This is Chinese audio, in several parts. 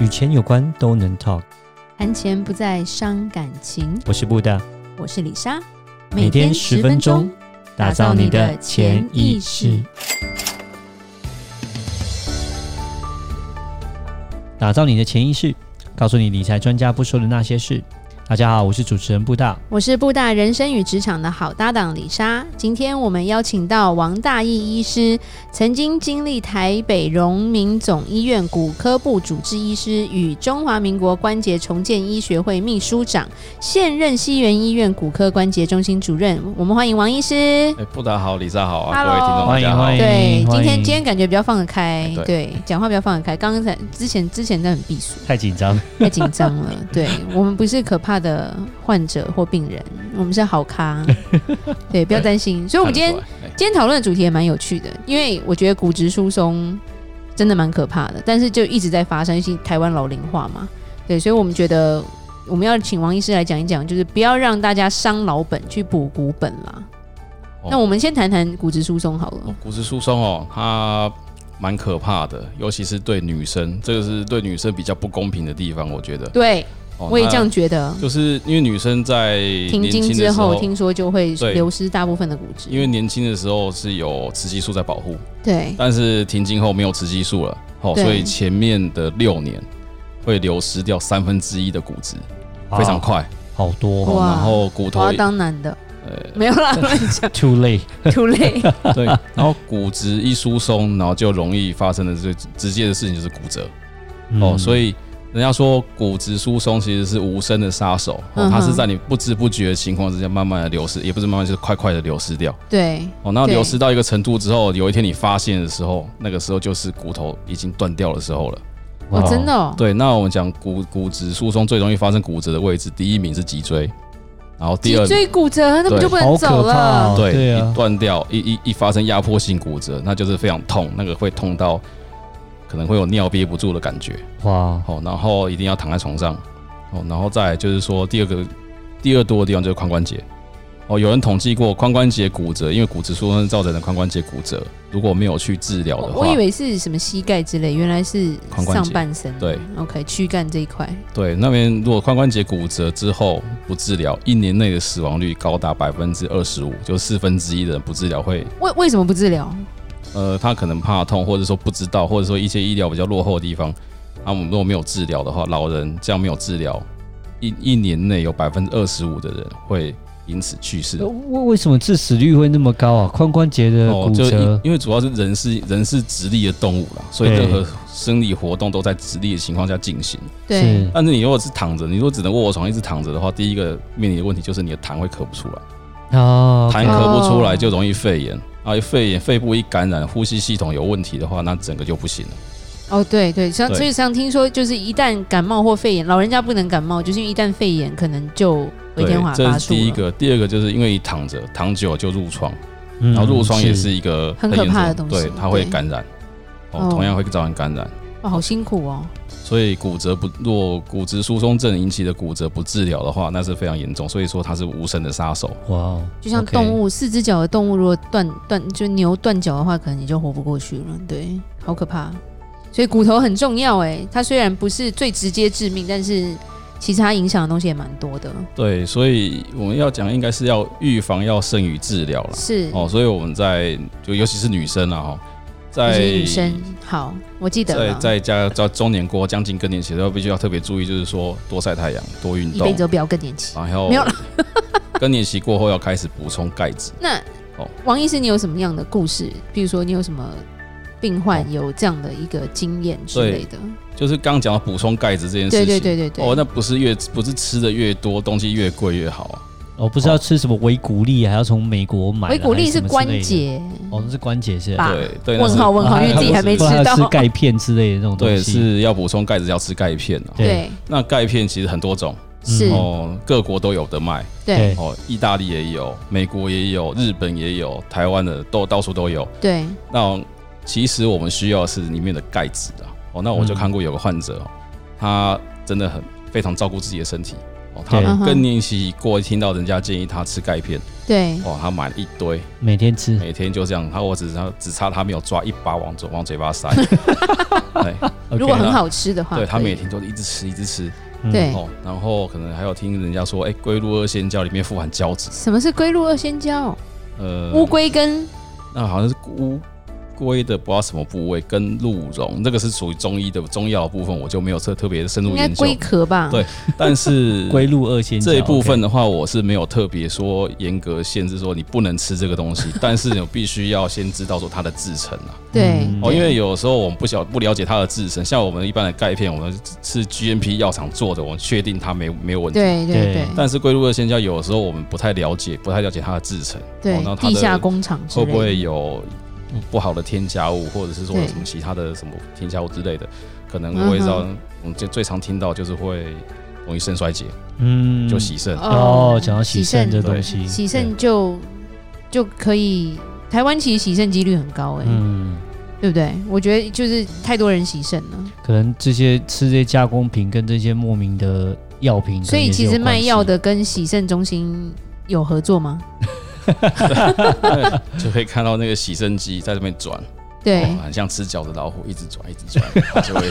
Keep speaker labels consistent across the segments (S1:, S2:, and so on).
S1: 与钱有关都能 talk。
S2: 谈钱不再伤感情。
S1: 我是布大，
S2: 我是李莎，
S1: 每天十分钟，打造你的潜意识。，打造你的潜意识，告诉你理财专家不说的那些事。大家好，我是主持人布大。
S2: 我是布大人生与职场的好搭档李莎。今天我们邀请到王大义医师，曾经经历台北荣民总医院骨科部主治医师与中华民国关节重建医学会秘书长，现任西园医院骨科关节中心主任。我们欢迎王医师。
S3: 哎，布达好，李莎好啊
S2: Hello
S3: 各位听众大家好。
S1: 欢迎
S2: 对，今
S1: 欢
S2: 天
S1: 迎
S2: 今天感觉比较放得开
S3: 哎，对
S2: 对，讲话比较放得开。刚才之前之前真的很避暑，
S1: 太紧张，
S2: 太紧张了。对我们不是可怕的患者或病人，我们是好 咖，对，不要担心。所以，我们今天
S3: 看得出来哎
S2: 今天讨论的主题也蛮有趣的，因为我觉得骨质疏松真的蛮可怕的，但是就一直在发生，尤其台湾老龄化嘛，对，所以我们觉得我们要请王医师来讲一讲，就是不要让大家伤老本去补骨本啦。
S3: 哦
S2: 那我们先谈谈骨质疏松好了
S3: 哦。骨质疏松哦，它蛮可怕的，尤其是对女生，这个是对女生比较不公平的地方，我觉得。
S2: 对，
S3: 哦
S2: 我也
S3: 那
S2: 这样觉得。
S3: 就是因为女生在
S2: 停
S3: 年
S2: 经
S3: 轻的
S2: 之
S3: 时候
S2: 后，，听说就会
S3: 对
S2: 流失大部分的骨质，
S3: 因为年轻的时候是有雌激素在保护，
S2: 对
S3: 但是停经后没有雌激素了，哦，
S2: 对
S3: 所以前面的六年会流失掉三分之一的骨质， 非常
S1: 哇，
S3: 快。
S1: 好多、
S3: 哦
S1: 哦、
S2: 哇
S3: 然后骨
S2: 我
S3: 头
S2: 要
S3: 也
S2: 当男的，
S3: 呃哦
S2: 没有 啦，乱讲
S1: ，too late。
S2: too late。
S3: 对，然后骨质一疏松，然后就容易发生的最直接的事情就是骨折。哦，所
S1: 以
S3: 以人家说骨质疏松其实是无声的杀手，哦，它
S2: 嗯
S3: 是
S2: 哼
S3: 在你不知不觉的情况之下慢慢的流失，也不是慢慢就是快快的流失掉。
S2: 对
S3: 哦，那
S2: 对
S3: 流失到一个程度之后，有一天你发现的时候，那个时候就是骨头已经断掉的时候了。
S2: 哦，真的哦，
S3: 对，那我们讲骨骨质疏松最容易发生骨折的位置，第一名是脊椎，然后第
S2: 脊
S3: 二名
S2: 椎骨折，那不
S3: 对
S2: 就不能
S1: 好
S2: 走
S1: 可怕
S2: 了
S1: 哦？
S3: 对，
S1: 对啊
S3: 一断掉一一一发生压迫性骨折，那就是非常痛，那个会痛到可能会有尿憋不住的感觉。
S1: 哇，
S3: 哦，然后一定要躺在床上，哦，然后再来就是说第二个第二多的地方就是髋关节，哦，有人统计过髋关节骨折，因为骨质疏松造成的髋关节骨折，如果没有去治疗的
S2: 哦我
S3: 话，
S2: 我以为是什么膝盖之类，原来是
S3: 髋关节
S2: 上半身。
S3: 对
S2: ，OK，躯干这一块，
S3: 对那边如果髋关节骨折之后不治疗，一年内的死亡率高达百分之二十五，就四分之一的人不治疗会，
S2: 为为什么不治疗？
S3: 呃，他可能怕痛，或者说不知道，或者说一些医疗比较落后的地方，啊，我们如果没有治疗的话，老人这样没有治疗。一一年内有百分之二十五的人会因此去世。
S1: 呃为为什么致死率会那么高啊？髋关节的骨
S3: 哦就
S1: 折
S3: 因，因为主要是人是人是直立的动物啦，所以
S1: 对
S3: 任何生理活动都在直立的情况下进行。
S2: 对，
S3: 但是你如果是躺着，你如果只能卧床一直躺着的话，第一个面临的问题就是你的痰会咳不出来，
S1: 是哦，
S3: 痰
S2: 哦
S3: 咳不出来就容易肺炎。啊，肺炎肺部一感染，呼吸系统有问题的话，那整个就不行了。
S2: 哦，对对，像
S3: 对
S2: 所以像听说，就是一旦感冒或肺炎，老人家不能感冒，就是因为一旦肺炎，可能就回天花
S3: 这
S2: 发
S3: 是
S2: 出
S3: 第一
S2: 了，
S3: 个。第二个就是因为你躺着躺久就褥疮，
S1: 嗯
S3: 然后褥疮也是一个
S2: 很可怕的
S3: 严重
S2: 东西
S3: 对，它会
S2: 对
S3: 感染，
S2: 哦
S3: 哦，同样会造成感染。
S2: 哇，好辛苦哦。
S3: 所以骨折不若骨质疏松症引起的骨折不治疗的话，那是非常严重。所以说它是无声的杀手。
S1: 哇哦，
S2: 就像
S1: OK
S2: 动物四只脚的动物，如果断断就牛断脚的话，可能你就活不过去了。对，好可怕。所以骨头很重要哎、它虽然不是最直接致命，但是其实它影响的东西也蛮多的。
S3: 对，所以我们要讲应该是要预防要胜于治疗啦。
S2: 是，
S3: 哦，所以我们在就尤其是女生啊，哈，
S2: 尤
S3: 在
S2: 其是女生。好，我记得
S3: 在
S2: 了，
S3: 在家到中年过后将近更年期的时候，必须要特别注意，就是说多晒太阳、多运
S2: 一辈
S3: 动
S2: 子，都不要更年期。
S3: 然后
S2: 没有啦
S3: 更年期过后要开始补充钙质。
S2: 那、
S3: 哦
S2: 王医师，你有什么样的故事？比如说，你有什么病患
S3: 哦
S2: 有这样的一个经验之类的？
S3: 就是刚刚讲到补充钙质这件事
S2: 对对
S3: 情，
S2: 对对对。
S3: 哦，那不是越不是吃的越多，东西越贵越好啊。
S1: 我哦不知道吃什么维骨力，还要从美国买的，
S2: 维骨力
S1: 还
S2: 是
S1: 什么之
S2: 关
S1: 类的，
S2: 节，
S1: 哦，那是关节是
S2: 吧
S3: 对对，那
S2: 啊问
S3: 是
S2: 号问号，因为
S3: 它
S2: 自己还没吃
S3: 不是
S1: 不然还要
S2: 到。
S1: 吃钙片之类的这种东
S3: 对，
S1: 西，
S3: 是要补充钙质，要吃钙片啊。
S1: 对
S2: 对，
S3: 那钙片其实很多种
S2: 是，
S1: 嗯
S3: 哦，各国都有的卖
S2: 对
S1: 对
S3: 哦，意大利也有，美国也有，日本也有，台湾的都到处都有。
S2: 对，
S3: 那其实我们需要的是里面的钙质啊。哦，那我就
S1: 嗯
S3: 看过有个患者、哦，他真的很非常照顾自己的身体，哦，他
S2: 嗯
S1: 对
S3: 更年期过，听到人家建议他吃钙片，
S2: 对，
S3: 哇，他买了一堆，
S1: 每天
S2: 嗯
S1: 吃，
S3: 每天就这样。他我只差只差他没有抓一把往左往嘴 巴塞，对，
S2: 如果
S1: OK
S2: 很好吃的话，
S3: 对他
S2: 可以
S3: 每天都一直吃一直吃
S1: 嗯
S2: 对
S3: 哦，然后可能还有听人家说，哎，龟鹿二仙胶里面富含胶质，
S2: 什么是龟鹿二仙胶？
S3: 呃，
S2: 乌龟跟
S3: 那好像是乌龟的不知道什么部位跟鹿茸，这个是属于中医的中药的部分，我就没有特特别深入
S2: 应该
S3: 研究
S2: 龟。壳吧？
S3: 对但是
S1: 龟鹿二仙
S3: 这一
S1: 饺
S3: 部
S1: OK
S3: 分的话，我是没有特别说严格限制说你不能吃这个 东西，但是你必须要先知道说它的制成啊。
S2: 对
S1: 嗯
S3: 哦，因为有时候我们不晓不了解它的制成，像我们一般的钙片，我们是 GMP 药厂做的，我们确定它没没有问题。
S2: 对对
S3: 但是龟鹿的仙胶有时候我们不太了解，不太了解它的制成，哦
S2: 对对，
S3: 那它
S2: 地
S3: 的
S2: 下工厂之
S3: 会
S2: 类的
S3: 不会有不好的添加物，或者是说有什
S2: 对
S3: 么其他的什么添加物之类的，可能
S2: 嗯
S3: 会
S2: 哼
S3: 让我们最最常听到就是会容易肾衰竭，
S1: 嗯
S3: 就洗肾。
S1: 哦，讲到洗肾这东西，
S2: 洗肾就就可以。台湾其实洗肾几率很高哎、
S1: 对，嗯，
S2: 对不对？我觉得就是太多人洗肾了，
S1: 可能这些吃这些加工品跟这些莫名的药品，
S3: 嗯
S2: 所以其实卖药，的跟洗肾中心有合作吗？
S3: 就可以看到那个洗肾机在这边转，
S2: 对
S3: 哦，很像吃饺子老虎，一直转一直 转，它就会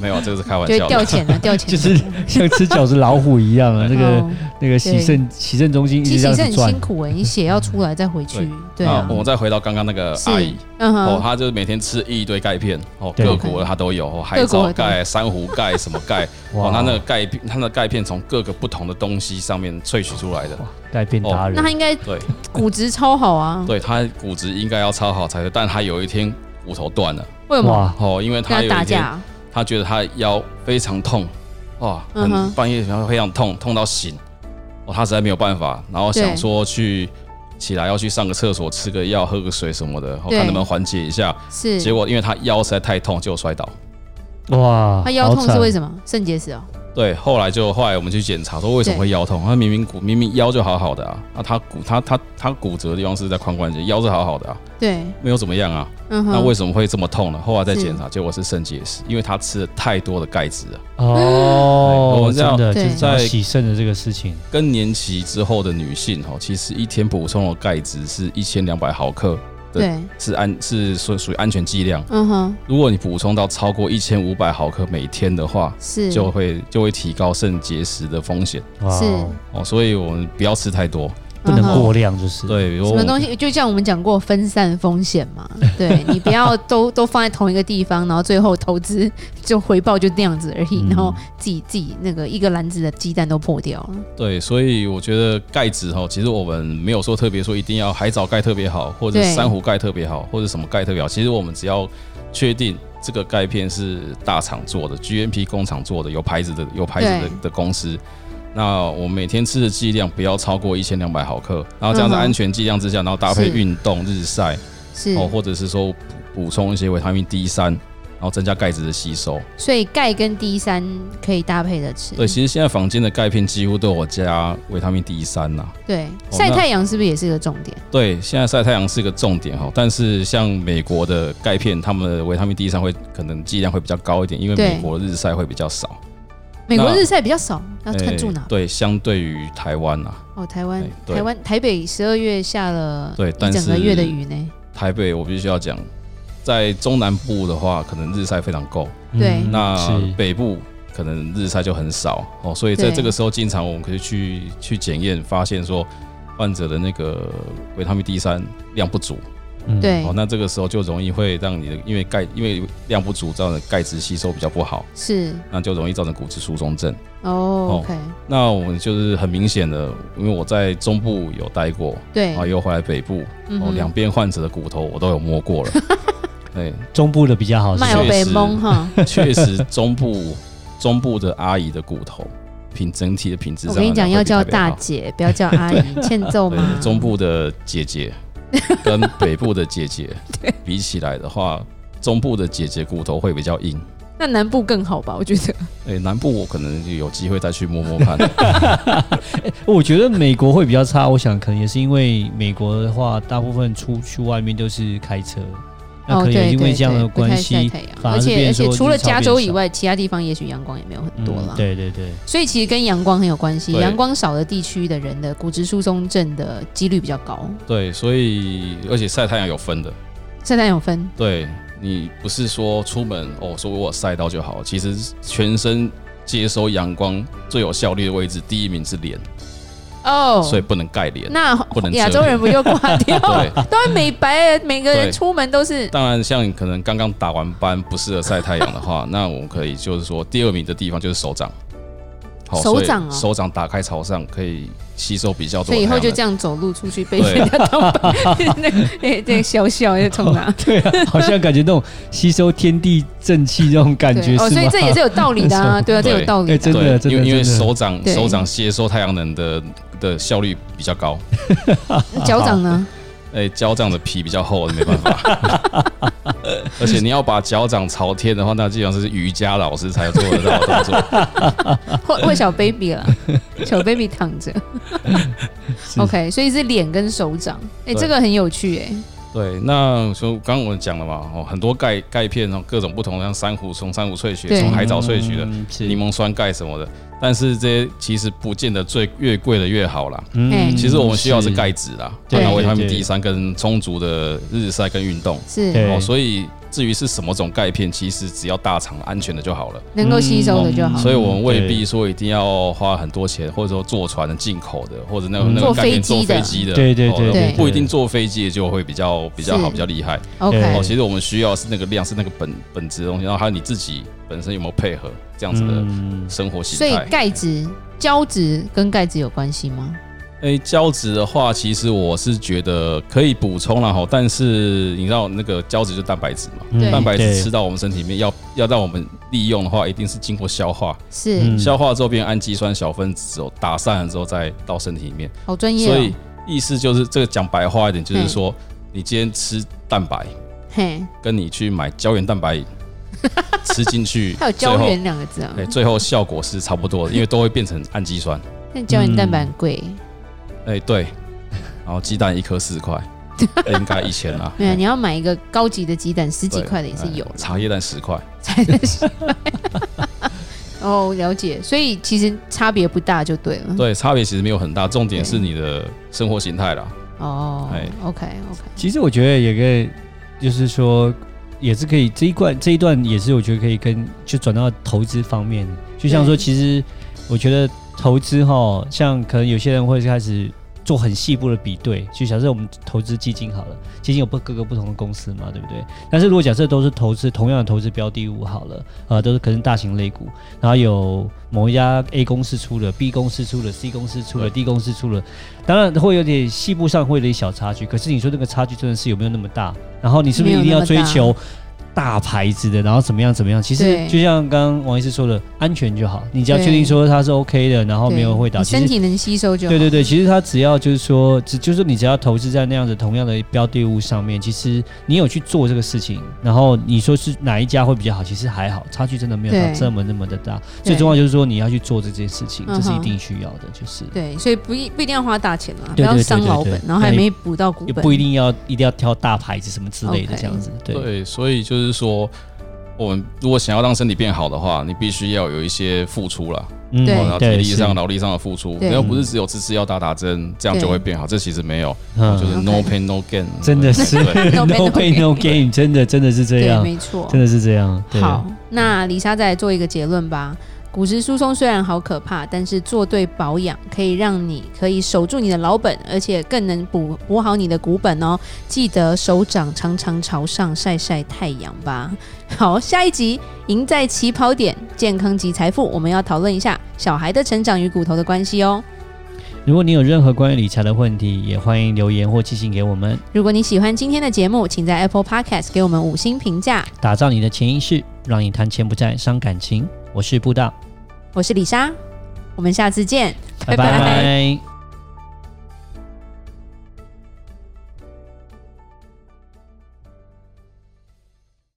S3: 没有，这个哦是开玩
S2: 就
S3: 笑
S2: 会掉
S3: 的。
S2: 钱 了，掉钱
S1: 就
S2: 了。
S1: 是 像吃饺子老虎一样啊， 那个
S2: 哦
S1: 那个洗肾洗肾中心一
S2: 其
S1: 直
S2: 实
S1: 这
S2: 洗
S1: 样
S2: 肾
S1: 子转
S2: 很辛，苦哎、你血要出来再回去，对啊
S3: 哦那，我再回到刚刚那个
S2: 是
S3: 阿姨，
S2: 嗯
S3: 哦，
S2: 哼，
S3: 她就是每天吃一堆钙片，哦，
S1: 对
S3: 各国的她都有，哦，海
S2: 各国
S3: 藻
S2: 的都有
S3: 钙、珊瑚钙、什么 钙，哦，她那个钙片，她那个钙片从各个不同的东西上面萃取出来的，
S1: 哇钙片
S3: 哦
S1: 达
S2: 那
S1: 人
S2: 他，应该
S3: 对
S2: 骨质超好啊，
S3: 对，她骨质应该要超好才对，但她有一天骨头断了，
S2: 为什么
S1: 哇，
S3: 哦，因为她
S2: 跟
S3: 有
S2: 他打
S3: 一
S2: 架
S3: 天
S2: 啊？
S3: 她觉得她腰非常痛，哇，
S2: 嗯
S3: 很
S2: 哼
S3: 半夜然后非常痛，痛到醒，哦，她实在没有办法，然后想
S2: 对
S3: 说去起来要去上个厕所，吃个药，喝个水什么的，哦，
S2: 对
S3: 看能不能缓解一下。
S2: 是，
S3: 结果因为她腰实在太痛，就摔倒。
S1: 哇，
S2: 他腰痛是为
S1: 么？
S2: 什么？肾结石哦，
S3: 对，后来就后来我们去检查，说为什么会腰痛？她明明骨明明腰就好好的啊，那她骨她她她骨折的地方是在髋关节，腰是好好的啊，
S2: 对，
S3: 没有怎么样啊。
S2: 嗯哼，
S3: 那为什么会这么痛呢？后来再
S2: 是
S3: 检查，结果是肾结石，因为他吃了太多的钙质了。对我
S1: 哦，
S3: 们知
S1: 真
S3: 道
S1: 哦的就
S2: 对
S1: 是在
S3: 在
S1: 洗肾的这个事情，
S3: 更年期之后的女性哦，其实一天补充的钙质是一千两百毫克，
S2: 对，
S3: 是安是属属于安全剂量。
S2: 嗯哼，
S3: 如果你补充到超过一千五百毫克每天的话，
S2: 是，
S3: 就会就会提高肾结石的风险
S1: 哇哦，
S2: 是
S3: 哦。所以我们不要吃太多。
S1: 不能
S2: 嗯哼
S1: 过量就是，
S3: 对，如
S2: 什
S3: 果
S2: 么东西？就像我们讲过，分散风险 嘛。对你不要都都放在同一个地方，然后最后投资 就回报就那样子而已，
S1: 嗯
S2: 然后自己自己那个一个篮子的鸡蛋都破掉了。
S3: 对，所以我觉得钙质哈，其实我们没有说特别说一定要海藻钙特别好，或者
S2: 对
S3: 珊瑚钙特别好，或者什么钙特别好。其实我们只要确定这个钙片是大厂做的，GMP 工厂做的，有牌子的有牌子的
S2: 对
S3: 的公司。那我每天吃的剂量不要超过一千两百毫克，然后这样
S2: 嗯
S3: 在
S2: 哼
S3: 安全剂量之下，然后搭配
S2: 是
S3: 运动、日晒
S2: 是，
S3: 哦，或者是说补补充一些维他命 D 三，然后增加钙质的吸收。
S2: 所以钙跟 D 三可以搭配着吃。
S3: 对，其实现在房间的钙片几乎都有加维他命 D 三呐、
S2: 对，
S3: 哦那
S2: 晒太阳是不是也是个重点？
S3: 对，现在晒太阳是个重点哈，但是像美国的钙片，他们的维他命 D 三会可能剂量会比较高一点，因为
S2: 对
S3: 美国的日晒会比较少。
S2: 美国日晒比较少，要
S3: 哎
S2: 看住哪
S3: 诶。对，相对于台湾啊，
S2: 哦，台湾
S3: 哎，对
S2: 台湾台北十二月下了
S3: 对
S2: 一
S3: 但
S2: 整个
S3: 是
S2: 月的雨呢。
S3: 台北我必须要讲，在中南部的话，可能日晒非常够，
S1: 嗯
S2: 对
S3: 那
S1: 是
S3: 北部可能日晒就很少哦，所以在
S2: 对
S3: 这个时候，经常我们可以去去检验，发现说患者的那个维他命 D 三量不足。
S1: 嗯
S2: 对
S3: 哦，，那这个时候就容易会让你的，因为钙因为量不足，造成钙质吸收比较不好，
S2: 是
S3: 那就容易造成骨质疏松症。
S2: 哦，OK，
S3: 那我们就是很明显的，因为我在中部哦有待过，
S2: 对
S3: 然，后又回来北部，
S2: 嗯
S3: 哦，
S2: 哼
S3: 两边患者的骨头我都有摸过 了。对，
S1: 中部的比
S3: 哦
S1: 较好吃，
S2: 卖哦有北蒙 哈。
S3: 确实中部中部的阿姨的骨头品整体的品质
S2: 我
S3: 上
S2: 跟
S3: 来
S2: 你讲，
S3: 讲
S2: 要
S3: 会比
S2: 叫
S3: 台北
S2: 大
S3: 好
S2: 姐，不要叫阿 姨，欠揍吗
S3: 对，？中部的姐姐跟北部的 姐姐比起来的话，中部的姐姐骨头会比较硬。
S2: 那南部更好吧？我觉得
S3: 哎、南部我可能就有机会再去摸摸看。
S1: 我觉得美国会比较差，我想可能也是因为美国的话，大部分出去外面都是开车，那
S2: 哦，
S1: 可
S2: 对，
S1: 以因为
S2: 对
S1: 这样
S2: 对
S1: 的
S2: 不太
S1: 关
S2: 晒
S1: 系
S2: 太阳
S1: 反而
S2: 而
S1: 是
S2: 且
S1: 变
S2: 而
S1: 说
S2: 且除了
S1: 日照
S2: 加州
S1: 变
S2: 以
S1: 少
S2: 外，其他地方也许阳光也没有很多了。
S1: 嗯对对对，
S2: 所以其实跟阳光很有关系，
S3: 对
S2: 阳光少的地区的人的骨质疏松症的几率比较高。
S3: 对，所以而且晒太阳有分的，
S2: 晒太阳有分，
S3: 对你不是说出门哦，说我有晒到就好，其实全身接收阳光最有效率的位置，第一名是脸，
S2: 哦，
S3: 所以不能盖脸。
S2: 那
S3: 不能遮？
S2: 亚洲人不就挂掉
S3: 对，
S2: 都会美白，每个人
S3: 对
S2: 出门都是
S3: 当然像你可能刚刚打完班不适合晒太阳的话，那我们可以就是说第二名的地方就是手掌，好
S2: 手掌哦
S3: 所以手掌打开朝上可以吸收比较多
S2: 所
S3: 的
S2: 以以
S3: 太
S2: 后
S3: 阳
S2: 就
S3: 能。
S2: 这样走路出去被
S3: 对
S2: 人家当 白，那那那笑笑就冲他。
S1: 对啊，好像感觉那种吸收天地正气这种感觉
S2: 对，哦，
S1: 是
S2: 所以
S1: 吗？
S2: 这也是有道理的啊，对啊，这
S3: 对
S2: 有道理
S1: 对
S2: 的
S1: 真。的
S3: 对，因
S1: 真的
S3: 为因为
S1: 真的
S3: 手掌
S2: 对
S3: 手掌吸收太阳能的的效率比较高，
S2: 那脚掌呢？
S3: 哎、脚掌的皮比较厚，没办法。 而且你要把脚掌朝天的话，那基本上是瑜伽老师才做得到的动作。
S2: 或或小 baby 啦，小 baby 躺着。
S1: 是
S2: OK，所以是脸跟手掌。哎，
S3: 对
S2: 这个很有趣哎、
S3: 对，那说刚刚我们讲了嘛，哦，很多钙钙片，然后各种不同的，像珊瑚，从珊瑚萃取，
S2: 对
S3: 从海藻萃取的，
S1: 嗯是
S3: 柠檬酸钙什么的。但是这些其实不见得最越贵的越好啦。
S2: 哎
S3: 其实我们需要是钙质啦，
S1: 嗯对
S3: 还有维他命
S1: 对对
S3: D 三跟充足的日晒跟运动。
S2: 是
S1: 对
S3: 哦，所以至于是什么种钙片，其实只要大厂安全的就好了。
S2: 能够吸收的就好。
S3: 所以我们未
S1: 嗯对
S3: 必说一定要花很多钱，或者说坐船的进口的，或者那个
S1: 嗯
S3: 那个
S2: 坐
S3: 概
S2: 飞
S3: 念
S2: 机
S3: 坐
S2: 的
S3: 飞机的，
S1: 对对
S3: 哦
S1: 对
S2: 对
S3: 不一定坐飞机的就会比较比较好，
S2: 是
S3: 比较厉害。
S1: 对
S3: 哦，
S2: OK，
S3: 其实我们需要是那个量，是那个本本质的东西，然后还有你自己本身有没有配合这样子的
S1: 嗯
S3: 生活
S2: 所
S3: 形
S2: 以
S3: 态。
S2: 钙质、胶质跟钙质有关系吗？
S3: 诶，胶质的话，其实我是觉得可以补充了哈，但是你知道那个胶质就是蛋白质嘛，
S1: 嗯
S2: 对
S3: 蛋白
S1: 对
S3: 质吃到我们身体里面，要要让我们利用的话，一定是经过消化。
S2: 是，
S1: 嗯
S3: 消化之后变氨基酸小分子哦，打散了之后再到身体里面。
S2: 好专业
S3: 所
S2: 哦
S3: 以。意思就是这个讲白话一点，就是说
S2: 嗯
S3: 你今天吃蛋白，
S2: 嘿，
S3: 跟你去买胶原蛋白 饮吃进 去，
S2: 它有
S3: 最
S2: 胶
S3: 后
S2: 原两个字啊
S3: 哎、。最后效果是差不多的，因为都会变成氨基酸。
S2: 但胶原蛋白很贵，
S3: 哎、对，然后鸡蛋一颗 四块，哎应该一千啊。
S2: 对啊，你要买一个高级的鸡蛋，十几
S3: 对
S2: 块的也是
S3: 哎
S2: 有了。
S3: 茶叶蛋十块，
S2: 才能洗白。哦，了解，所以其实差别不大就对了。
S3: 对，差别其实没有很大，重点
S2: 对
S3: 是你的生活形态啦。
S2: 哦
S3: 哎
S2: ，OK OK，
S1: 其实我觉得也可以，就是说也是可以这一段这一段也是我觉得可以跟就转到投资方面，就像说
S2: 对
S1: 其实我觉得投资哈，像可能有些人会开始。做很细部的比对，就假设我们投资基金好了，基金有不各个不同的公司嘛，对不对？但是如果假设都是投资同样的投资标的物好了，呃，都是可能大型类股，然后有某一家 A 公司出了，B 公司出了，C 公司出了，D 公司出了，当然会有点细部上会有点小差距，可是你说这个差距真的是有没有那么大？然后你是不是一定要追
S2: 没有
S1: 求大牌子的，然后怎么样怎么样？其实
S2: 对
S1: 就像刚刚王医师说的，安全就好，你只要
S2: 对
S1: 确定说它是 OK 的，然后
S2: 对
S1: 没有人会打，
S2: 你
S1: 其
S2: 身
S1: 实
S2: 体能吸收就好。
S1: 对对对，其实它只要就是说，只就是你只要投资在那样子同样的标的物上面，其实你有去做这个事情，然后你说是哪一家会比较好，其实还好，差距真的没有到
S2: 对
S1: 这么那么的大。
S2: 对
S1: 最重要就是说你要去做这件事情，
S2: 嗯
S1: 这是一
S2: 哼
S1: 定需要的，就是
S2: 对所以不一不一定要花大钱啦，不
S1: 对对
S2: 要
S1: 对
S2: 伤
S1: 对
S2: 老
S1: 对
S2: 本，然后还
S1: 那也
S2: 没补到股
S1: 也
S2: 本，
S1: 不一定要一定要挑大牌子什么之类的
S2: OK
S1: 这样子。对，
S3: 对，所以就是说，我们如果想要让身体变好的话，你必须要有一些付出啦，
S1: 嗯
S2: 对
S3: 哦然后体力
S1: 是
S3: 上、劳力上的付出，
S2: 对
S3: 然后不是只有吃吃药、打打针，这样就会变好，这其实没有，
S1: 嗯
S3: 就是 no
S2: OK
S3: pain no gain，
S1: 真的是
S3: 对
S2: No
S1: no
S2: pain, no
S1: pay no gain，真的真的是这
S2: 对，
S1: 样，
S2: 没错
S1: 真。的是这样。对
S2: 好，那李莎再来做一个结论吧。骨质疏松虽然好可怕，但是做对保养可以让你可以守住你的老本，而且更能补补好你的股本哦。记得手掌常常朝上晒晒太阳吧。 好，下一集赢在起跑点，健康及财富，我们要讨论一下小孩的成长与骨头的关系哦。
S1: 如果你有任何关于理财的问题，也欢迎留言或寄信给我们，
S2: 如果你喜欢今天的节目，请在 Apple Podcast 给我们五星评价。
S1: 打造你的潜意识，让你谈钱不再伤感情。我是布大，
S2: 我是李莎，我们下次见，
S1: 拜
S2: 拜拜
S1: 拜